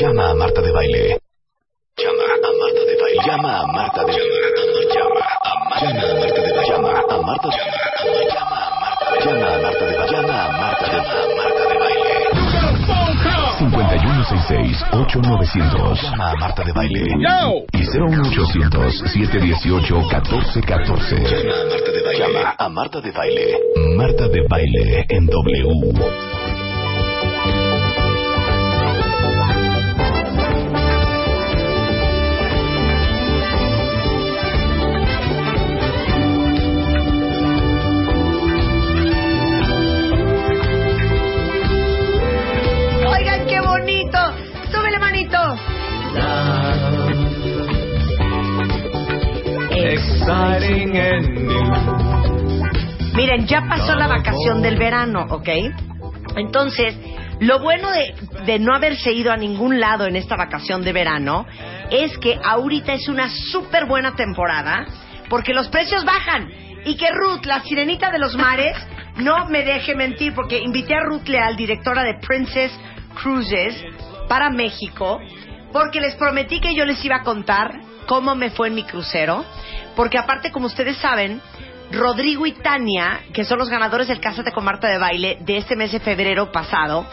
Llama a Marta de Baile. Llama a Marta de Baile. Llama a Marta de Baile. Llama a Marta de Baile. Llama a Marta de Baile. Llama a Marta de Baile. Llama a Marta de Baile. Llama a Marta de Baile. Llama a Marta de Baile. 5166-8900 Llama a Marta de Baile. y 01800-718-1414. Llama a Marta de Baile. Llama a Marta de Baile. Marta de Baile en W. Oigan, qué bonito. Súbele manito. Exciting and new. Miren, ya pasó la vacación del verano, ¿ok? Entonces, lo bueno de, de no haberse ido a ningún lado en esta vacación de verano es que ahorita es una súper buena temporada porque los precios bajan y que Ruth, la sirenita de los mares, no me deje mentir porque invité a Ruth Leal, directora de Princess Cruises, para México porque les prometí que yo les iba a contar cómo me fue en mi crucero porque aparte, como ustedes saben, Rodrigo y Tania, que son los ganadores del Cásate con Marta de Baile de este mes de febrero pasado,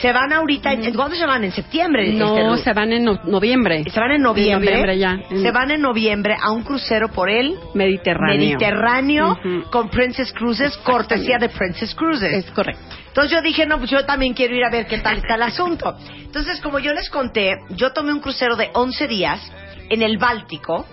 se van ahorita, en- ¿cuándo se van? En septiembre. este, Ru- No, se van en no- noviembre. se van en noviembre. En noviembre ya. En Se van en noviembre a un crucero por el Mediterráneo. Mediterráneo Ujú. con Princess Cruises, cortesía de Princess Cruises. Es correcto. Entonces yo dije, no, pues yo también quiero ir a ver qué tal está el asunto. Entonces, como yo les conté, yo tomé un crucero de 11 días en el Báltico,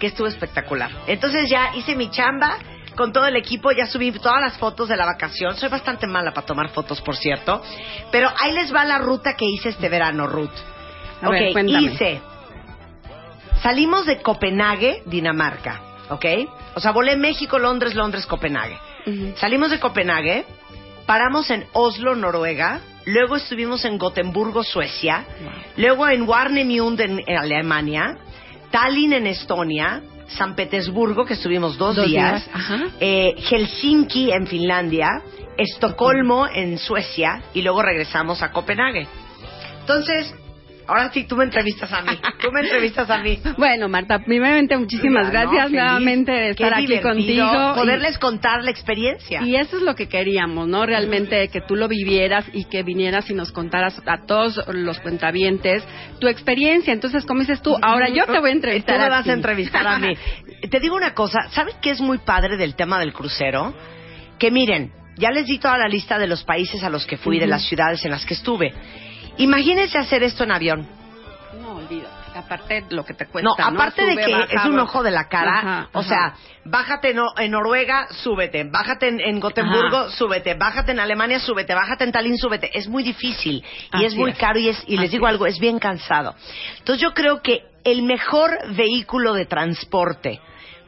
que estuvo espectacular. Entonces ya hice mi chamba con todo el equipo, ya subí todas las fotos de la vacación. Soy bastante mala para tomar fotos, por cierto. Pero ahí les va la ruta que hice este verano, Ruth. A ok, ver, cuéntame. hice. Salimos de Copenhague, Dinamarca, ¿ok? O sea, volé México, Londres, Londres, Copenhague. Ujú. Salimos de Copenhague, paramos en Oslo, Noruega, luego estuvimos en Gotemburgo, Suecia, luego en Warnemünde, en, en Alemania, Tallinn, en Estonia, San Petersburgo, que estuvimos dos, Dos días, días, ajá. eh, Helsinki, en Finlandia, Estocolmo, en Suecia, y luego regresamos a Copenhague. Entonces, ahora sí, tú me entrevistas a mí, tú me entrevistas a mí. Bueno, Marta, primeramente muchísimas Ya, ¿no? gracias Feliz. nuevamente de Qué estar aquí divertido contigo. Poderles contar la experiencia. Y eso es lo que queríamos, ¿no? Realmente que tú lo vivieras y que vinieras y nos contaras a todos los cuentavientes tu experiencia. Entonces, como dices tú, ahora yo te voy a entrevistar. Tú me a vas ti. a entrevistar a mí. Te digo una cosa, ¿sabes qué es muy padre del tema del crucero? Que miren, ya les di toda la lista de los países a los que fui, de las ciudades en las que estuve. Imagínense hacer esto en avión. no, olvídate. Aparte lo que te cuesta. No, aparte de Sube, que baja, es un baja. ojo de la cara, Ajá, o ajá. sea, bájate en, O- en Noruega, súbete, bájate en, en Gotemburgo, Ajá. súbete, bájate en Alemania, súbete, bájate en Tallinn, súbete. Es muy difícil y es Así muy es. caro y, es, y les Así digo es. algo, es bien cansado. Entonces yo creo que el mejor vehículo de transporte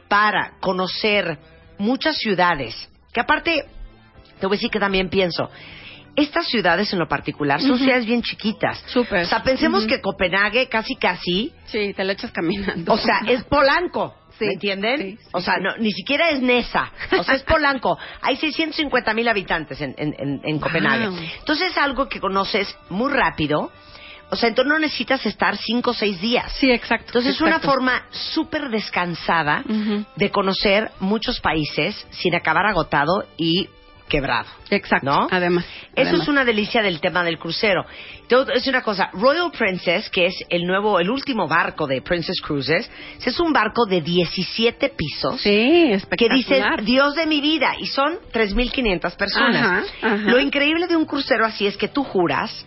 para conocer muchas ciudades, que aparte, te voy a decir que también pienso, estas ciudades en lo particular son ciudades bien chiquitas. Súper. O sea, pensemos Ujú. que Copenhague casi casi Sí, te lo echas caminando. o sea, es Polanco. Sí, ¿Me entienden? sí, sí, o sea, sí. no, ni siquiera es Nesa. O sea, es Polanco. Hay 650 mil habitantes en, en- en- en Copenhague. Wow. Entonces es algo que conoces muy rápido. O sea, entonces no necesitas estar cinco o seis días. Sí, exacto. Entonces es una exacto. forma súper descansada Ujú. de conocer muchos países sin acabar agotado y quebrado. Exacto. ¿No? Además. Eso además. es una delicia del tema del crucero. Te- Es una cosa, Royal Princess, que es el nuevo, el último barco de Princess Cruises, es un barco de 17 pisos. Sí, Que dices, espectacular. Dios de mi vida, y son 3.500 personas. Ajá, ajá. Lo increíble de un crucero así es que tú juras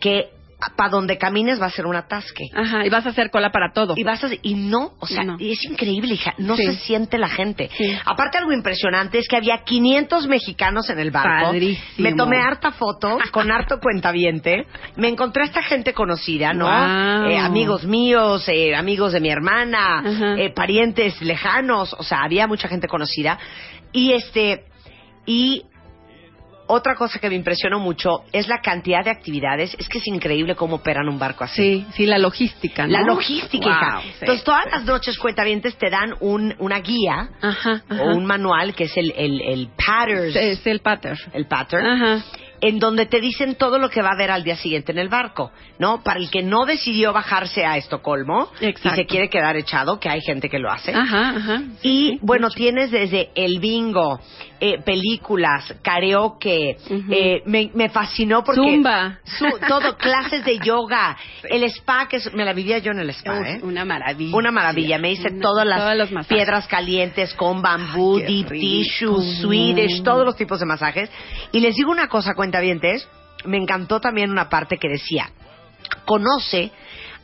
que para donde camines va a ser un atasque. Ajá, y vas a hacer cola para todo. Y vas a, y no, o sea, No. y es increíble, hija, no Sí. se siente la gente. Sí. Aparte algo impresionante es que había 500 mexicanos en el barco. Padrísimo. Me tomé harta foto con harto cuentaviente. Me encontré a esta gente conocida, ¿no? Wow. Eh, amigos míos, eh, amigos de mi hermana, Ajá. eh, parientes lejanos, o sea, había mucha gente conocida. Y este y otra cosa que me impresionó mucho es la cantidad de actividades. Es que es increíble cómo operan un barco así. Sí, sí, la logística, Ah, ¿no? La logística, hija. Wow, sí. Entonces, todas las noches, cuentavientes te dan un, una guía Ajá, ajá. o un manual que es el, el, el pattern. Es el pattern. Ah. El pattern. Ajá. en donde te dicen todo lo que va a haber al día siguiente en el barco, ¿no? Para el que no decidió bajarse a Estocolmo Exacto. Ah, y se quiere quedar echado, que hay gente que lo hace. Ajá, ajá. Y bueno, tienes desde el bingo, eh, películas, karaoke, Ujú. eh, me, me fascinó porque... Zumba. Su- todo, clases de yoga, el spa, que es- me la vivía yo en el spa, Uf, ¿eh? Una maravilla. Una maravilla, me hice Una- todas todos las los masajes. piedras calientes con bambú, Ay, qué deep rico. tissue, Swedish, todos los tipos de masajes. Y les digo una cosa, cuentavientes, me encantó también una parte que decía, conoce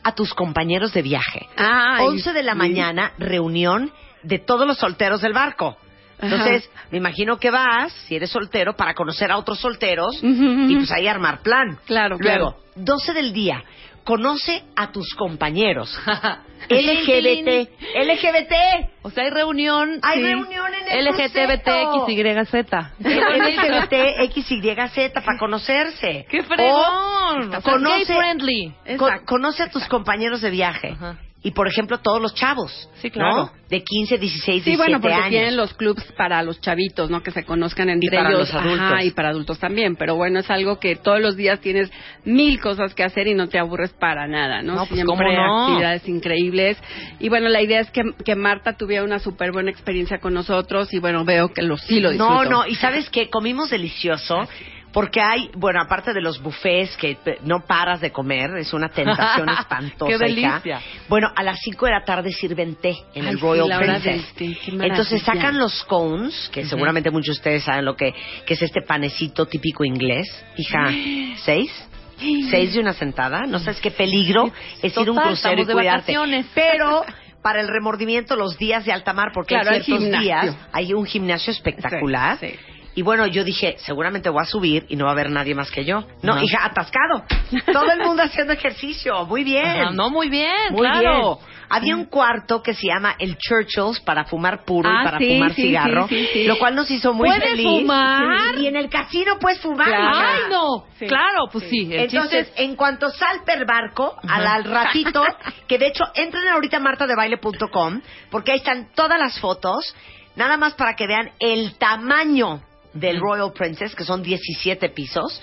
a tus compañeros de viaje. Ay, 11 de la sí. mañana, reunión de todos los solteros del barco. Entonces, me imagino que vas, si eres soltero, para conocer a otros solteros Ujú, y ujú. pues ahí armar plan. Claro, Luego, 12 del día, conoce a tus compañeros. LGBT, LGBT. O sea, hay reunión. Hay sí. reunión en el concepto. LGTBTXYZ. LGBT, XYZ para conocerse. ¡Qué fregón! O O sea, gay conoce- friendly. Co- Exacto. conoce a tus compañeros de viaje. Ajá. Y por ejemplo, todos los chavos. Sí, claro. ¿no? De 15, 16, Sí, 17 bueno, porque años. tienen los clubs para los chavitos, ¿no? Que se conozcan entre para los ellos. adultos. Ajá, y para adultos también. Pero bueno, es algo que todos los días tienes mil cosas que hacer y no te aburres para nada, ¿no? No, pues, Siempre ¿cómo no? actividades increíbles. Y bueno, la idea es que, que Marta tuviera una súper buena experiencia con nosotros y bueno, veo que lo, sí lo Ah, No, disfrutó. no, y ¿sabes qué? Comimos delicioso. Porque hay, bueno, aparte de los buffets que eh, no paras de comer, es una tentación espantosa. ¡Qué hija. delicia! Bueno, a las 5 de la tarde sirven té en Ay, el sí, Royal la hora Princess. del té, qué maravilla. Entonces sacan los cones, que seguramente muchos de ustedes saben lo que, que es este panecito típico inglés. Hija, ¿seis? Seis de una sentada. No sabes qué peligro es ir a un Total, crucero y estamos de cuidarte. vacaciones. Pero para el remordimiento los días de alta mar, porque Claro, hay hay ciertos gimnasio. días hay un gimnasio espectacular. Sí, sí. Y bueno, yo dije, seguramente voy a subir y no va a haber nadie más que yo. No, Ajá. hija, atascado. Todo el mundo haciendo ejercicio. Muy bien. Ajá, Ah, no, muy bien, Muy claro. bien. Había un cuarto que se llama el Churchill's para fumar puro Ah, y para sí, fumar sí, cigarro, sí, sí, sí. lo cual nos hizo muy ¿Puedes feliz. fumar? Y en el casino puedes fumar. hija. ¡Ay, no! Sí. Claro, pues sí. el chiste Entonces, es- en cuanto sal per barco, al, al ratito, que de hecho entren ahorita a martadebaile.com, porque ahí están todas las fotos, nada más para que vean el tamaño del Royal Princess, que son 17 pisos.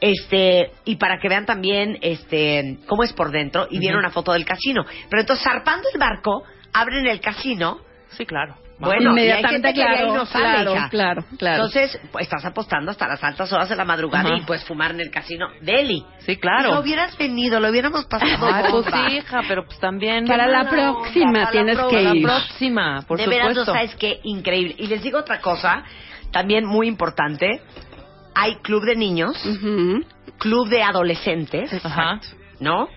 Este, y para que vean también este cómo es por dentro y viene una foto del casino. Pero entonces zarpando el barco, abren el casino. Sí, claro. Bueno, y hay gente Inmediatamente, que de ahí claro, no sale, claro, hija. claro, claro. Entonces, pues, estás apostando hasta las altas horas de la madrugada Ajá. y puedes fumar en el casino. Deli. Sí, No claro. hubieras venido, lo hubiéramos pasado. Ay, pues bomba. sí, hija, pero pues también. Para la No, próxima para la tienes pro- que Para ir. la próxima, por de veras, no supuesto. sabes qué increíble. Y les digo otra cosa, también muy importante. Hay club de niños, Ujú. club de adolescentes, Ajá. ¿no?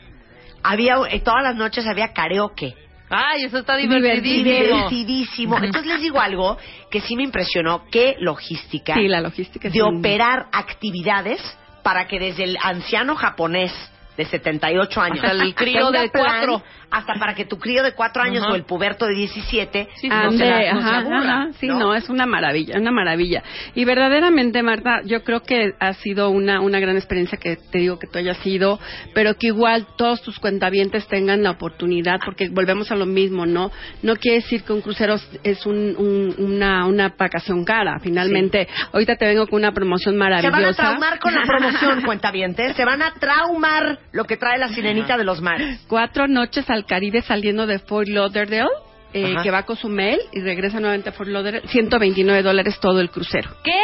Había, eh, todas las noches había karaoke. Ay, eso está divertidísimo. Divertidísimo. Entonces les digo algo que sí me impresionó. Qué logística. Sí, la logística es de un- operar actividades para que desde el anciano japonés de 78 años Hasta el crío tenga de plan, cuatro. hasta para que tu crío de 4 años Ajá. o el puberto de 17 Sí, no Ande, se la- no se ajá, aburra, ajá, sí, ¿no? es una maravilla, una maravilla. Y verdaderamente, Marta, yo creo que ha sido una, una gran experiencia que te digo que tú hayas sido, pero que igual todos tus cuentavientes tengan la oportunidad, porque volvemos a lo mismo, ¿no? No quiere decir que un crucero es- es un, un- una, una vacación cara, finalmente. Ahorita te vengo con una promoción Se maravillosa. van a traumar con la promoción, cuentavientes. Se van a traumar lo que trae la sirenita de los mares. cuatro noches al Caribe saliendo de Fort Lauderdale, eh, Ajá. que va a Cozumel y regresa nuevamente a Fort Lauderdale, 129 dólares todo el crucero. ¿Qué?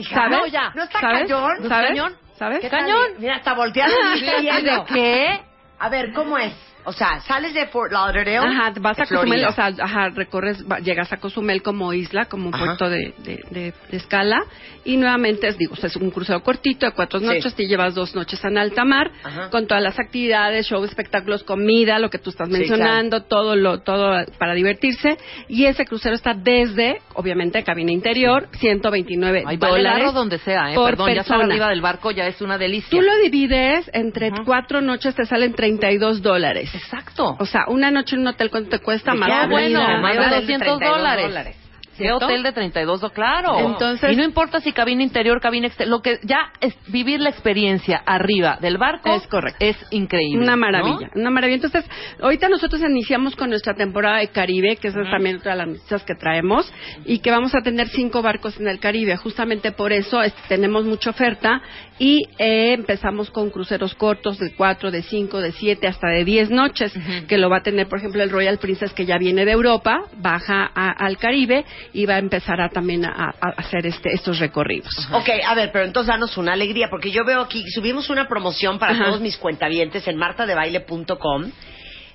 Hija, ¿Sabes? "Ah, ¿no? ya. ¿No está ¿Sabes? cañón? ¿No ¿Sabes? cañón? ¿Sabes? ¿Qué tal? cañón? Mira, está volteando y está yendo. ¿Qué? A ver, ¿cómo es? O sea, sales de Fort Lauderdale. Ajá, vas de a Cozumel, Florida. o sea, ajá, recorres, va- llegas a Cozumel como isla, como un Ajá. puerto de, de- de- de escala, y nuevamente, es- digo, es un crucero cortito de cuatro Sí. noches, te llevas dos noches en alta mar, Ajá. con todas las actividades, shows, espectáculos, comida, lo que tú estás Sí, mencionando, todo lo, todo para divertirse, y ese crucero está desde, obviamente, cabina interior, 129 Ay, vale el dólares. barro donde sea, ¿eh? por Perdón, ya estar persona. arriba del barco ya es una delicia. Tú lo divides entre cuatro noches, te salen 32 dólares. Exacto. O sea, una noche en un hotel, ¿cuánto te cuesta? Ya, Más Ah, comida, bueno, Mira, más más de de 200 32 dólares. dólares. ¿Qué ¿cierto? hotel de 32? do- Claro. Entonces- y no importa si cabina interior, cabina exterior, lo que ya es vivir la experiencia arriba del barco Es correcto. es increíble. Una ¿no? maravilla, una maravilla. Entonces, ahorita nosotros iniciamos con nuestra temporada de Caribe, que esa es también otra de las noticias que traemos, y que vamos a tener cinco barcos en el Caribe. Justamente por eso este, tenemos mucha oferta y eh, empezamos con cruceros cortos de cuatro, de cinco, de siete, hasta de diez noches, que lo va a tener, por ejemplo, el Royal Princess, que ya viene de Europa, baja a- al Caribe y va a empezar a, también a, a hacer este, estos recorridos. Ok, a ver, pero entonces danos una alegría, porque yo veo aquí, subimos una promoción para Ajá. todos mis cuentavientes en martadebaile.com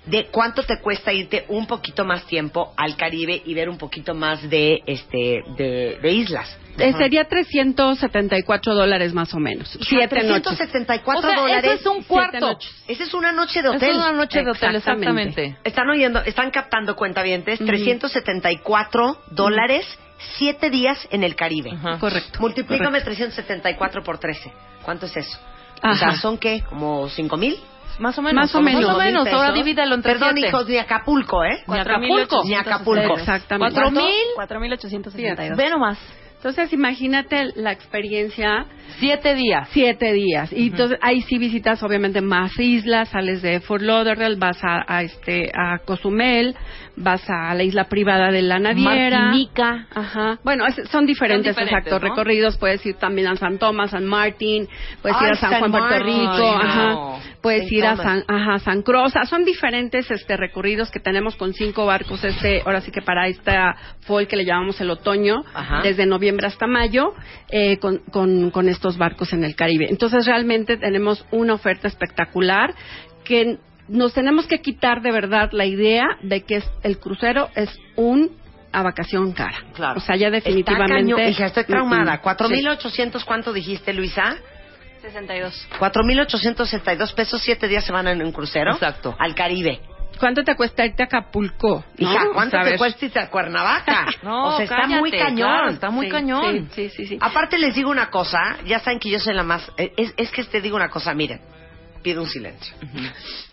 de cuánto te cuesta irte un poquito más tiempo al Caribe y ver un poquito más de, este, de, de islas. Eh, sería 374 dólares más o menos. Hija, Siete noches. 374 O sea, eso dólares. es un cuarto. Siete noches. Esa es una noche de Es hotel. una noche de hotel, Exactamente. exactamente. Están oyendo, están captando cuentavientes, Ujú. 374 dólares, 7 días en el Caribe. Ajá. Correcto. Multiplícame 374 por 13. ¿Cuánto es eso? O sea, Ajá. ¿son qué? ¿Como 5 mil? Más o menos. Más o como- menos. Más o menos. Ahora pesos. divídalo entre Perdón, siete. hijos, ni Acapulco, ¿eh? Ni Acapulco. Ni Acapulco. Exactamente. Cuatro mil. 4.872. Ve nomás. Entonces, imagínate la experiencia Siete días. siete días. Y entonces ahí sí visitas obviamente más islas, sales de Fort Lauderdale, vas a, a, este a Cozumel, vas a la isla privada de la Naviera. Martinica. Ajá. Bueno, es- son diferentes, Son diferentes, exacto, ¿no? recorridos. Puedes ir también a San Tomás, San Martín, puedes Ay, Pues ir a San, San Juan, Puerto Martín. Rico, Ay, ajá. no. Puedes San ir a Tomás. San, ajá, San Croix. O sea, son diferentes este recorridos que tenemos con cinco barcos este, ahora sí que para esta fall que le llamamos el otoño, Ajá. desde noviembre hasta mayo, eh, con, con- con estos barcos en el Caribe. Entonces realmente tenemos una oferta espectacular que nos tenemos que quitar de verdad la idea de que es- el crucero es un a vacación cara. Claro. O sea, ya definitivamente. Mm, Está cañón. Hija, estoy Mm, traumada. Mm-mm. 4.800, ¿cuánto dijiste, Luisa? 62. 4.862 pesos, 7 días se van en un crucero. Exacto. Al Caribe. ¿Cuánto te cuesta irte a Acapulco? no? Hija, ¿cuánto Sabes. te cuesta irte a Cuernavaca? pues, No, o sea, está cállate, muy cañón. claro, está muy Sí, cañón. Sí, sí, sí. sí. Aparte les digo una cosa, ya saben que yo soy la más... eh, Es, es que te digo una cosa, miren, pido un silencio.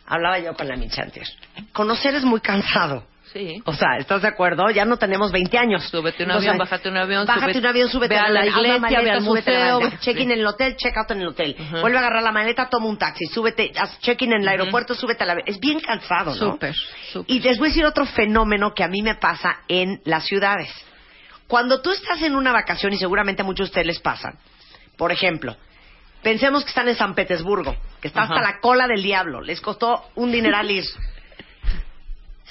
Hablaba yo con la Minchantier. Conocer es muy cansado. Sí. O sea, ¿estás de acuerdo? Ya no tenemos 20 años. Súbete un O avión, sea, bájate un avión, Bájate sube- un avión, súbete ve a un la avión, haz iglesia, ve al súbete la museo, maleta. ve- Check-in sí. en el hotel, check-out en el hotel. Ujú. Vuelve a agarrar la maleta, toma un taxi, súbete, haz check-in en el aeropuerto, súbete a la... Es bien cansado, ¿no? Súper, súper. Y les voy a decir otro fenómeno que a mí me pasa en las ciudades. Cuando tú estás en una vacación, y seguramente a muchos de ustedes les pasan, por ejemplo, pensemos que están en San Petersburgo, que está hasta Ajá. la cola del diablo, les costó un dineral ir.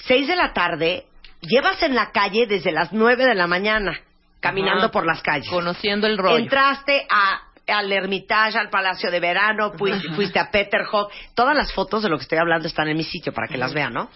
Seis de la tarde, llevas en la calle desde las nueve de la mañana, caminando Ajá. por las calles. Conociendo el rollo. Entraste a al Hermitage, al Palacio de Verano, fuiste, fuiste a Peterhof. Todas las fotos de lo que estoy hablando están en mi sitio para que las vean, ¿no?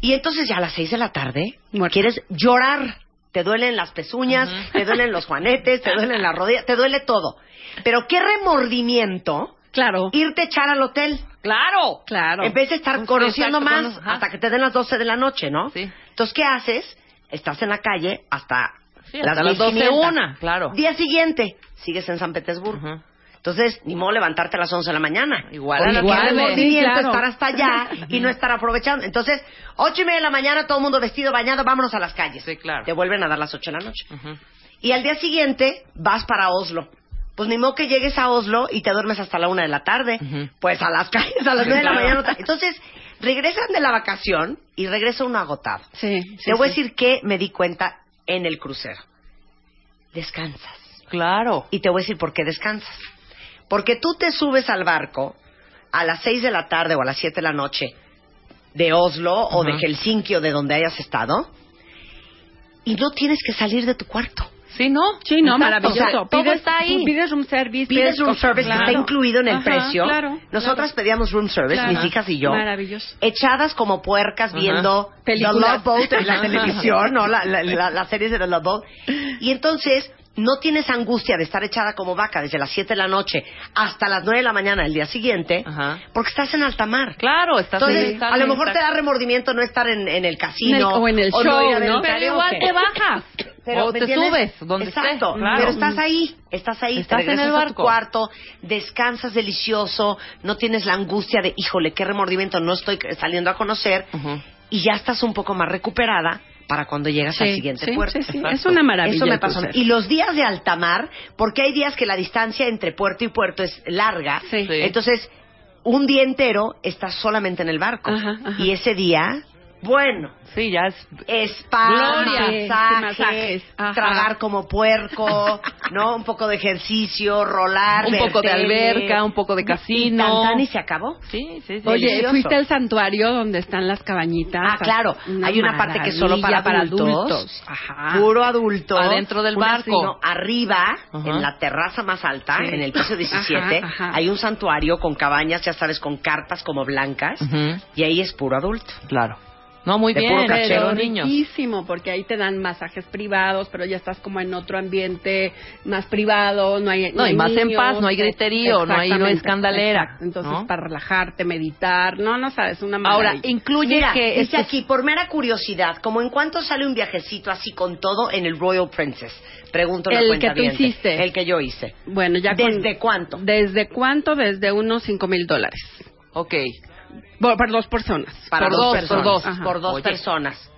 Y entonces ya a las seis de la tarde Muerta. quieres llorar. Te duelen las pezuñas, Ujú. te duelen los juanetes, te duelen las rodillas, te duele todo. Pero qué remordimiento Claro. irte a echar al hotel. Claro. Claro. En vez de estar Pues, conociendo exacto, más conoce- ajá. hasta que te den las 12 de la noche, ¿no? Sí. Entonces, ¿qué haces? Estás en la calle hasta Sí, hasta las 12 12, una, claro. Día siguiente, sigues en San Petersburgo. Ajá. Entonces, ni modo levantarte a las 11 de la mañana. Igual, Oye, igual, qué sí, remordimiento claro. estar hasta allá y no estar aprovechando. Entonces, ocho y media de la mañana, todo el mundo vestido, bañado, vámonos a las calles. Sí, claro. Te vuelven a dar las 8 de la noche. Ujú. Y al día siguiente vas para Oslo. Pues ni modo que llegues a Oslo y te duermes hasta la una de la tarde. Ujú. Pues a las calles, a las nueve de la mañana. otra- Entonces, regresan de la vacación y regresa uno agotado. Sí, sí, Te voy a sí. decir que me di cuenta en el crucero. Descansas. Claro. Y te voy a decir por qué descansas. Porque tú te subes al barco a las 6 de la tarde o a las 7 de la noche de Oslo o de Ajá. Helsinki o de donde hayas estado y no tienes que salir de tu cuarto. Sí, ¿no? Sí, no, Exacto. maravilloso. O sea, todo está ahí. Pides room service. Pides room cosas, service que claro. está incluido en el Ajá, precio. Claro. Nosotras pedíamos room service, Claro. mis hijas y yo. Maravilloso. Echadas como puercas viendo The Love Películas. Boat en la Ajá. televisión, ¿no? La, la, la- las series de The Love Boat. Y entonces no tienes angustia de estar echada como vaca desde las 7 de la noche hasta las 9 de la mañana del día siguiente, Ajá. porque estás en alta mar. Claro, estás Entonces, en- estás a lo en- mejor te estás- da remordimiento no estar en, en el casino En el- o en el no ir a show, ver ¿no? el Pero igual karaoke. te bajas. o ¿me te entiendes? subes, donde estés. Exacto, Claro. pero estás ahí, estás ahí, Estás te en el regresas a tu barco. cuarto, descansas delicioso, no tienes la angustia de, híjole, qué remordimiento, no estoy saliendo a conocer, Ujú. y ya estás un poco más recuperada para cuando llegas Sí, al siguiente sí, puerto. sí, sí. Es una maravilla Eso me el pasó. crucero. Y los días de alta mar, porque hay días que la distancia entre puerto y puerto es larga, Sí. Sí. entonces un día entero estás solamente en el barco. Ajá, ajá. Y ese día, bueno, Sí, ya es spa, Gloria. masaje, Sí, masajes, ajá. tragar como puerco, ¿no? Un poco de ejercicio, rolar, un ver poco de tele. alberca, un poco de Y casino. tan, tan, y se acabó. Sí, sí, sí. Oye, Delicioso. ¿fuiste al santuario donde están las cabañitas? Ah, claro. Hay una parte que es solo para maravilla adultos. Ajá. Puro adulto. Adentro del un barco. asino arriba, Ajá. en la terraza más alta, Sí. en el piso 17, Ajá, ajá. hay un santuario con cabañas, ya sabes, con carpas como blancas. Ujú, Y ahí es puro adulto. claro. No, muy De bien. puro cachero, Pero Pero niños. riquísimo, porque ahí te dan masajes privados, pero ya estás como en otro ambiente más privado, no hay No, y hay más en niños, paz, no hay griterío, no hay- no hay Exactamente, escandalera, exacto. Entonces, ¿no? para relajarte, meditar, no, no sabes, una maravilla. Ahora, incluye Mira, que dice estos- aquí, por mera curiosidad, como en cuánto sale un viajecito así con todo en el Royal Princess? Pregunto a la El que tú cuentaviente. hiciste. El que yo hice. bueno, ya con- ¿Desde cuánto? ¿Desde cuánto? Desde unos cinco mil dólares. Ok. Por, por dos personas. Para por dos, dos, por personas. dos. Ajá. Por dos Oye. personas.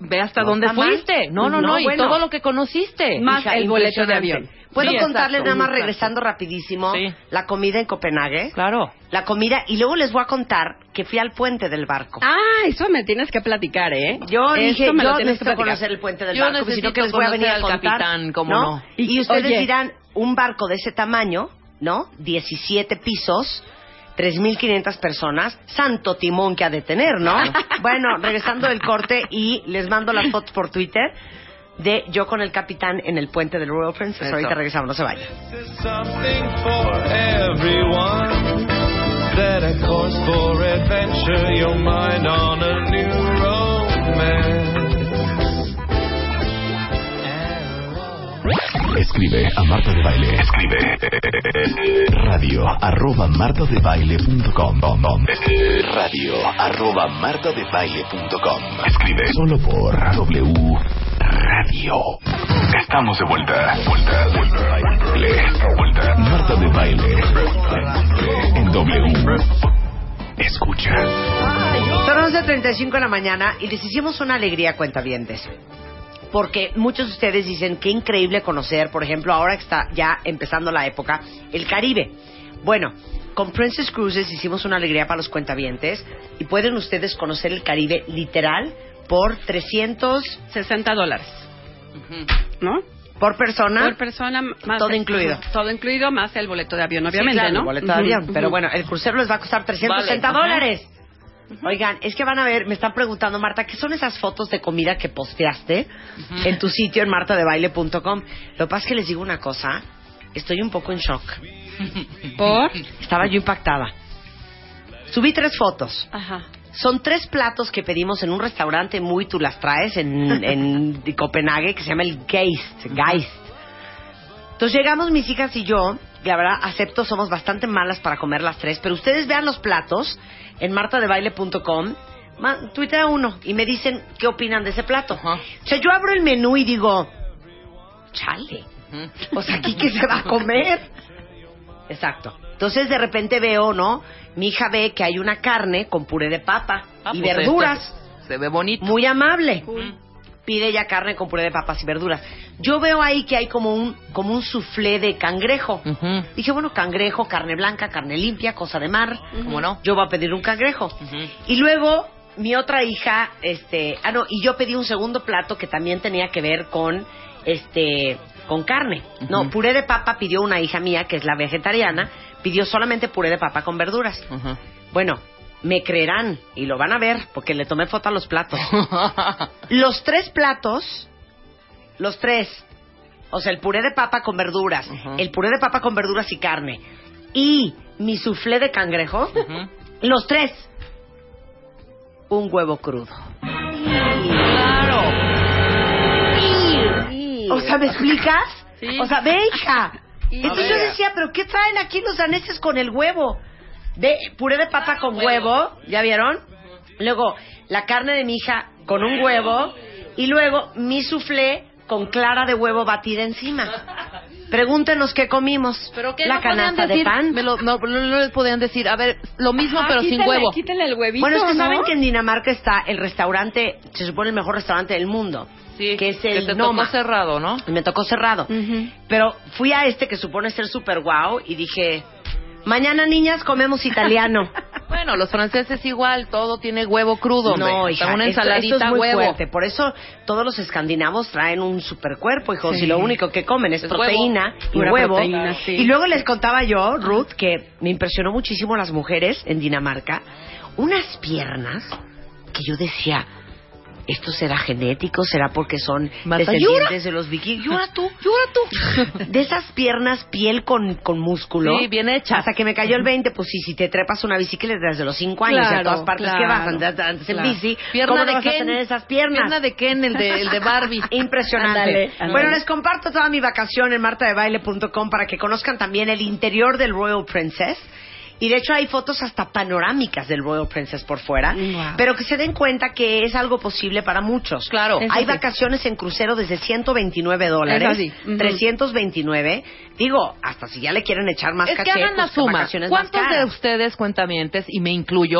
Ve hasta No dónde está mal. fuiste. No, no, no. No, y bueno. todo lo que conociste. Más el boleto impresionante. de avión. ¿Puedo Sí, contarles exacto, nada más, exacto. regresando rapidísimo, Sí. la comida en Copenhague? Claro. La comida, y luego les voy a contar que fui al puente del barco. Ah, eso me tienes que platicar, ¿eh? Yo Esto dije, me lo yo tienes necesito que platicar. conocer el puente del Yo barco, pues, si no necesito que les voy a venir a conocer al contar, capitán, cómo no. Y- Y, ustedes oye. dirán, un barco de ese tamaño, ¿no? 17 pisos, 3.500 personas, santo timón que ha de tener, ¿no? bueno, regresando del corte y les mando las fotos por Twitter de yo con el capitán en el puente del Royal Princess. Eso. Ahorita regresamos, no se vayan. This is something for everyone. Set a course for adventure, your mind on a new romance. Escribe a Marta de Baile. Escribe. Radio arroba martadebaile.com. Radio arroba martadebaile.com. Escribe Solo por W Radio. Estamos de vuelta. Vuelta, vuelta, baile. vuelta. Marta de Baile. En W. Escucha. Son 11.35 de la mañana y les hicimos una alegría, cuentavientes. Porque muchos de ustedes dicen que increíble conocer, por ejemplo, ahora que está ya empezando la época, el Caribe. Bueno, con Princess Cruises hicimos una alegría para los cuentavientes y pueden ustedes conocer el Caribe literal por 300 60 dólares, ¿no? por persona. Por persona más Todo el- incluido. Todo incluido más el boleto de avión, obviamente, Sí, claro, ¿no? el boleto de Ujú, avión. ujú. Pero bueno, el crucero les va a costar 360 Vale, ajá. dólares. Oigan, es que van a ver, me están preguntando, Marta, ¿qué son esas fotos de comida que posteaste en tu sitio en martadebaile.com? Lo que pasa es que les digo una cosa, estoy un poco en shock. por Estaba yo impactada. Subí tres fotos. ajá. Son tres platos que pedimos en un restaurante muy tú las traes en, en Copenhague que se llama el Geist. Geist. Entonces llegamos mis hijas y yo, y la verdad acepto, somos bastante malas para comer las tres, pero ustedes vean los platos en martadebaile.com, ma- tuitea uno y me dicen qué opinan de ese plato. Ajá. O sea, yo abro el menú y digo, chale, o sea, ¿aquí qué se va a comer? Exacto. Entonces de repente veo, ¿no? Mi hija ve que hay una carne con puré de papa Ah, y pues verduras. esto Se ve bonito. Muy amable. Cool. Pide ella carne con puré de papas y verduras. Yo veo ahí que hay como un, como un soufflé de cangrejo. Ujú, Dije, bueno, cangrejo, carne blanca, carne limpia, cosa de mar. ¿Cómo no? Yo voy a pedir un cangrejo. Ujú. Y luego mi otra hija, este, ah no, y yo pedí un segundo plato que también tenía que ver con, este, con carne. No, Ujú. puré de papa pidió una hija mía que es la vegetariana, pidió solamente puré de papa con verduras. Ujú. Bueno, me creerán y lo van a ver porque le tomé foto a los platos. Los tres platos, los tres, o sea, el puré de papa con verduras, Ujú. el puré de papa con verduras y carne, y mi soufflé de cangrejo, Ujú. los tres, un huevo crudo. Claro. O sea, ¿me explicas? Sí. O sea, ve, hija. Y- Entonces yo A ver. decía, ¿pero qué traen aquí los daneses con el huevo? Ve, puré de Ah, papa con huevo, ¿ya vieron? Luego, la carne de mi hija con un huevo. Y luego, mi soufflé con clara de huevo batida encima. Pregúntenos qué comimos. Pero que la no podían canasta de decir, pan. me lo- no, no, no les podían decir, a ver, lo mismo Ajá, pero sin quítale- huevo. Quítale Ah, el huevito. Bueno, es que ¿no? saben que en Dinamarca está el restaurante, se supone el mejor restaurante del mundo, Sí, que es te el tocó Noma. cerrado, Mm. ¿no? Y Me tocó cerrado. Ujú. Pero fui a este que supone ser super guau y dije, mañana niñas comemos italiano. Bueno, los franceses igual, todo tiene huevo crudo, hombre. no, Hasta hija, una esto- ensaladita esto es muy huevo. fuerte. Por eso todos los escandinavos traen un super cuerpo, hijos, Sí. y lo único que comen es, Es huevo. proteína y Pura huevo. proteína, sí. Y luego les contaba yo, Ruth, que me impresionó muchísimo las mujeres en Dinamarca, unas piernas que yo decía, esto será genético, será porque son Mata, descendientes de los vikingos. Llora tú, llora tú. De esas piernas, piel con, con músculo. Sí, bien hecha. Hasta que me cayó el 20, pues sí, si te trepas una bicicleta desde los 5 años, Claro, a todas partes que claro, vas, andas, andas en claro. bici, Pierna ¿cómo no de vas a Ken. tener esas piernas? Pierna de Ken, el de, el de Barbie. Impresionante. Ándale, ándale. Bueno, les comparto toda mi vacación en martadebaile.com para que conozcan también el interior del Royal Princess. Y de hecho hay fotos hasta panorámicas del Royal Princess por fuera, Wow. pero que se den cuenta que es algo posible para muchos. Claro. Eso hay sí. vacaciones en crucero desde 129 dólares, Eso sí. Ujú. 329. Digo, hasta si ya le quieren echar más es caché, que hagan la pues, con suma. vacaciones más ¿Cuántos de caras. ustedes, cuentamientes, y me incluyo,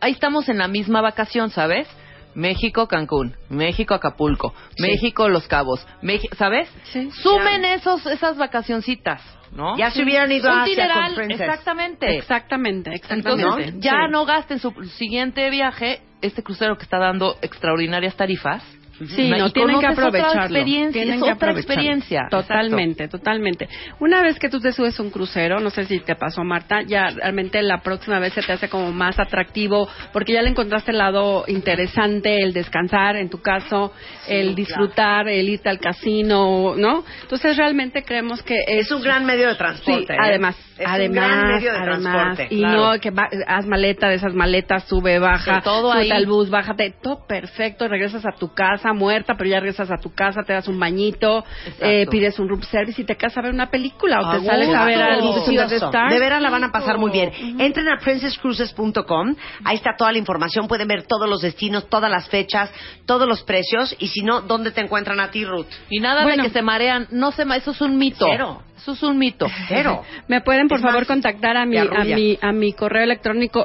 ahí estamos en la misma vacación, ¿sabes? México, Cancún, México, Acapulco, México, Los Cabos, Meji- ¿sabes? Sí. Sumen esos, esas vacacioncitas, ¿no? Ya se hubieran ido Un a Asia dineral, con Princess. exactamente. Exactamente, exactamente. Entonces, Sí. ya no gasten su siguiente viaje, este crucero que está dando extraordinarias tarifas. Sí, no, Y tienen que conoces otra aprovecharlo. experiencia, tienen es que otra aprovecharlo. experiencia. Totalmente, totalmente. Una vez que tú te subes a un crucero, no sé si te pasó, Marta, ya realmente la próxima vez se te hace como más atractivo porque ya le encontraste el lado interesante, el descansar, en tu caso, el disfrutar, el irte al casino, ¿no? Entonces, realmente creemos que Es un gran medio de transporte. Sí, ¿eh? además, es además, un gran medio de además, transporte. y claro. no que va- haz maleta de esas maletas, sube, baja, De todo ahí. súbete al bus, bájate, todo perfecto, regresas a tu casa muerta, pero ya regresas a tu casa, te das un bañito, Exacto. eh, pides un room service y te quedas a ver una película o A te sales a gusto. ver algo Delicioso. de Star. De veras la van a pasar muy bien. Entren a princesscruises.com, ahí está toda la información, pueden ver todos los destinos, todas las fechas, todos los precios y si no, ¿dónde te encuentran a ti, Ruth? Y nada Bueno. de que se marean, no se ma- eso es un mito. Cero. Eh, Eso es un mito. Cero. Me pueden por Es favor más, contactar a mi te a arrulla. mi a mi correo electrónico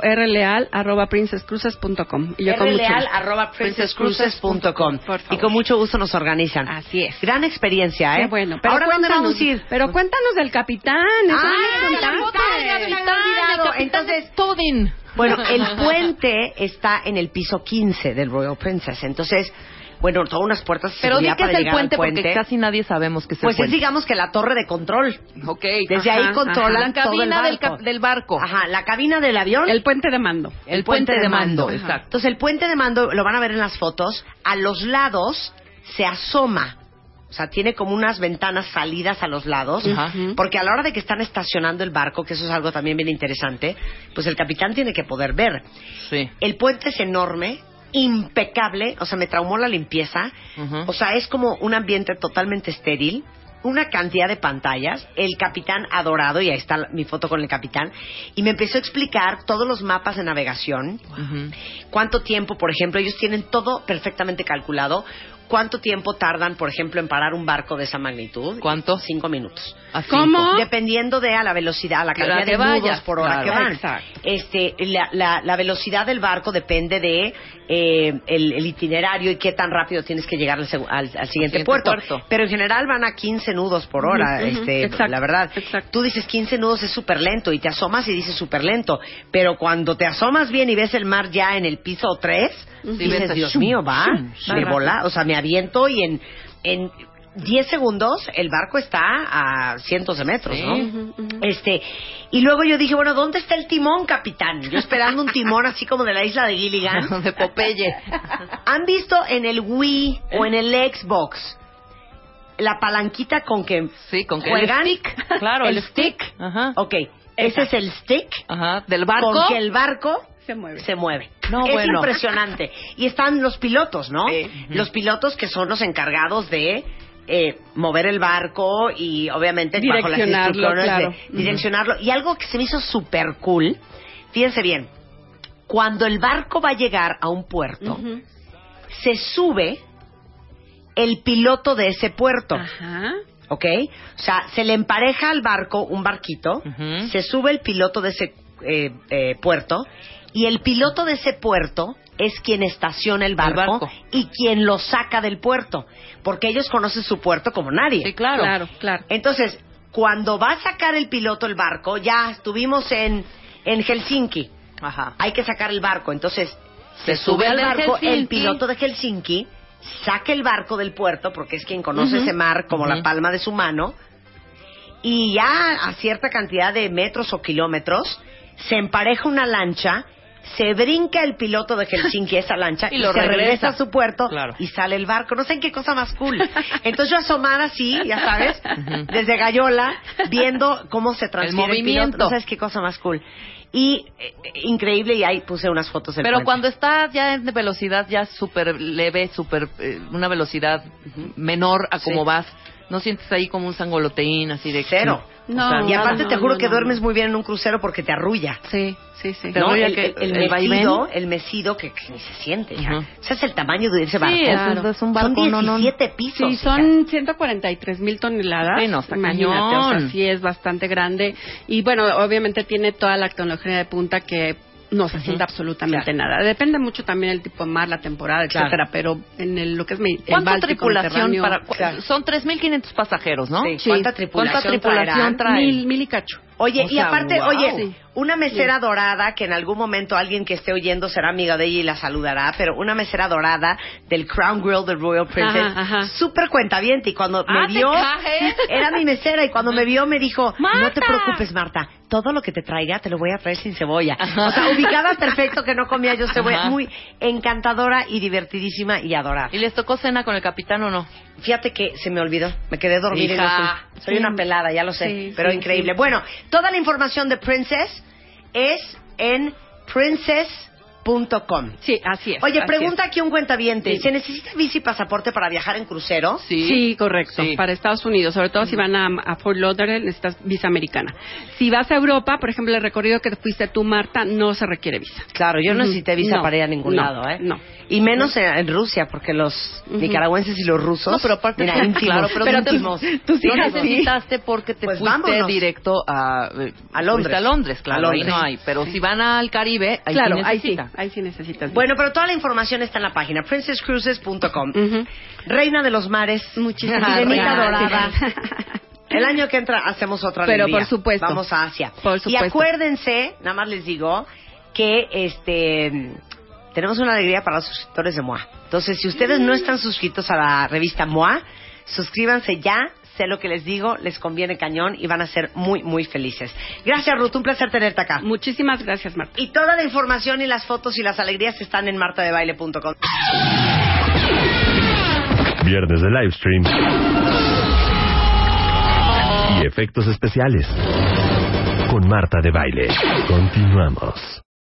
rleal@princesscruises.com y yo con mucho gusto. rleal@princesscruises.com. Por favor. y con mucho gusto nos organizan. Así es. Gran experiencia, ¿eh? Qué bueno, pero Ahora dónde cuéntanos- vamos a ir? Pero cuéntanos del capitán. eso Ah, no me el contaste. capitán, el capitán. olvidado. Entonces- Entonces, Todin. Bueno, el puente está en el piso 15 del Royal Princess. Entonces, bueno, todas unas puertas de Pero di seguridad que es para el llegar al puente, puente. porque casi nadie sabemos que es el pues es, puente. digamos que la torre de control. Ok. Desde Ajá, ahí La controlan cabina todo el del, barco. ca- del barco. Ajá, la cabina del avión. El puente de mando. El puente de mando, Ajá. exacto. Entonces, el puente de mando, lo van a ver en las fotos, a los lados se asoma. O sea, tiene como unas ventanas salidas a los lados, Ajá. porque a la hora de que están estacionando el barco, que eso es algo también bien interesante, pues el capitán tiene que poder ver. Sí. El puente es enorme, impecable, o sea, me traumó la limpieza. Ujú. O sea, es como un ambiente totalmente estéril, una cantidad de pantallas, el capitán adorado, y ahí está la- mi foto con el capitán, y me empezó a explicar todos los mapas de navegación, Ujú. cuánto tiempo, por ejemplo, ellos tienen todo perfectamente calculado, cuánto tiempo tardan, por ejemplo, en parar un barco de esa magnitud. ¿Cuánto? Cinco minutos. A cinco. ¿Cómo? Dependiendo de a la velocidad, a la Que la cantidad que de nudos vayas, por hora claro. que van. Exacto. Este, la, la- la velocidad del barco depende de eh, el, el itinerario y qué tan rápido tienes que llegar al, segu- al- al siguiente, siguiente puerto. puerto. Pero en general van a 15 nudos por hora, Ujú, ujú. este, Exacto, la verdad. exacto. Tú dices 15 nudos es súper lento y te asomas y dices súper lento. Pero cuando te asomas bien y ves el mar ya en el piso 3, Ujú. Sí, dices, ves el Dios shum, mío, va, shum, shum. me Va, va. vola, Ah, o sea, me aviento y en... en 10 segundos el barco está a cientos de metros, Sí. ¿no? Ujú, ujú. Este, y luego yo dije, bueno, ¿dónde está el timón, capitán? Yo esperando un timón así como de la isla de Gilligan. De Popeye. ¿Han visto en el Wii o en el Xbox la palanquita con que Sí, con que juegan? Claro, el, el stick. Ajá. Ok, ese es el stick Ajá. Del barco. con que el barco Se mueve. se mueve. No, es bueno. impresionante. Y están los pilotos, ¿no? Los pilotos que son los encargados de eh, mover el barco y obviamente bajo las Direccionarlo, instrucciones de claro. Ujú. direccionarlo. Y algo que se me hizo súper cool, fíjense bien, cuando el barco va a llegar a un puerto, Ujú. se sube el piloto de ese puerto. Ajá. ¿ok? O sea, se le empareja al barco un barquito, Ujú. se sube el piloto de ese eh, eh, puerto y el piloto de ese puerto es quien estaciona el barco, barco. y quien lo saca del puerto, porque ellos conocen su puerto como nadie. Sí, claro. Claro, claro. Entonces, cuando va a sacar el piloto el barco, ya estuvimos en, en Helsinki, Ajá. hay que sacar el barco. Entonces, se, Se sube sube al al de barco el Helsinki. piloto de Helsinki, saca el barco del puerto, porque es quien conoce ese mar como la Ujú. palma de su mano, y ya a cierta cantidad de metros o kilómetros, se empareja una lancha, se brinca el piloto de Helsinki a esa lancha y, Y lo se regresa. regresa. a su puerto Claro. y sale el barco. No sé en qué cosa más cool. Entonces yo asomada así, ya sabes, Ujú. desde Gallola, viendo cómo se transfiere el, piloto. movimiento. No sabes qué cosa más cool. Y eh, eh, increíble, y ahí puse unas fotos del Pero puente. cuando está ya en velocidad ya súper leve, súper eh, una velocidad menor a como Sí. vas, no sientes ahí como un sangoloteín así de Cero. No, O sea, Y aparte no, te no, juro no, que no. duermes muy bien en un crucero porque te arrulla. Sí, sí, sí. Te ¿no? arrulla el, que- el- el el vaivén. mecido, el mecido que, que ni se siente ya. Ujú. O sea, es el tamaño de ese barco. Sí, es, Claro. es un barco. Son no, no, no. 17 pisos. Sí, hija. son 143 mil toneladas. Sí, no, está Imagínate, o sea, cañón. sí es bastante grande. Y bueno, obviamente tiene toda la tecnología de punta que no se siente absolutamente nada. Depende mucho también el tipo de mar, la temporada, Claro. etcétera. Pero en el, lo que es mi, el ¿Cuánta Báltico, tripulación Mediterráneo, para? Claro. Son 3.500 pasajeros, ¿no? Sí. Sí. ¿Cuánta tripulación, ¿Cuánta tripulación traerán? trae? Mil, mil y cacho. Oye, O y sea, aparte, wow. oye, Sí. una mesera dorada, que en algún momento alguien que esté oyendo será amiga de ella y la saludará, pero una mesera dorada del Crown Grill de Royal Ajá, ajá. Princess, súper cuentaviente, y cuando Ah, me ¿te vio, cae? era mi mesera, y cuando me vio me dijo, no te ¡Marta! preocupes, Marta, todo lo que te traiga te lo voy a traer sin cebolla. Ajá. O sea, ubicada perfecto que no comía yo cebolla, Ajá. muy encantadora y divertidísima y adorable. ¿Y les tocó cena con el capitán o no? Fíjate que se me olvidó, me quedé dormida. y no Hija. fui. Soy una pelada, ya lo sé, Sí, pero sí, increíble. sí. Bueno, toda la información de Princess es en princess.com. Sí, así es. Oye, así pregunta es. aquí un cuentaviente. Sí. ¿Se necesita visa y pasaporte para viajar en crucero? Sí, correcto. Sí. Para Estados Unidos, sobre todo si van a, a Fort Lauderdale, necesitas visa americana. Si vas a Europa, por ejemplo, el recorrido que fuiste tú, Marta, no se requiere visa. Claro, yo no Ujú. necesité visa No, para ir a ningún no, lado, ¿eh? no. Y menos en, en Rusia, porque los Ujú. nicaragüenses y los rusos... No, pero aparte mira, íntimos, claro, pero, pero tú- íntimos. tú sí No no necesito- necesitaste porque te Pues fuiste vámonos. directo a eh, A Londres. fuiste a Londres, claro, A Londres. ahí no hay, pero si van al Caribe, ahí claro, sí ahí sí, necesitan. ahí sí necesitas. Bueno, pero toda la información está en la página princesscruises.com. Ujú. Reina de los mares, Muchísimas sirenita dorada. gracias. El año que entra hacemos otra Pero alegría. por supuesto. Vamos a Asia. Por Y supuesto. acuérdense, nada más les digo, que este tenemos una alegría para los suscriptores de MOA. Entonces, si ustedes Mm. no están suscritos a la revista MOA, suscríbanse ya. Sé lo que les digo, les conviene cañón y van a ser muy, muy felices. Gracias, Ruth. Un placer tenerte acá. Muchísimas gracias, Marta. Y toda la información y las fotos y las alegrías están en martadebaile.com. Viernes de live stream. Y efectos especiales. Con Marta de Baile. Continuamos.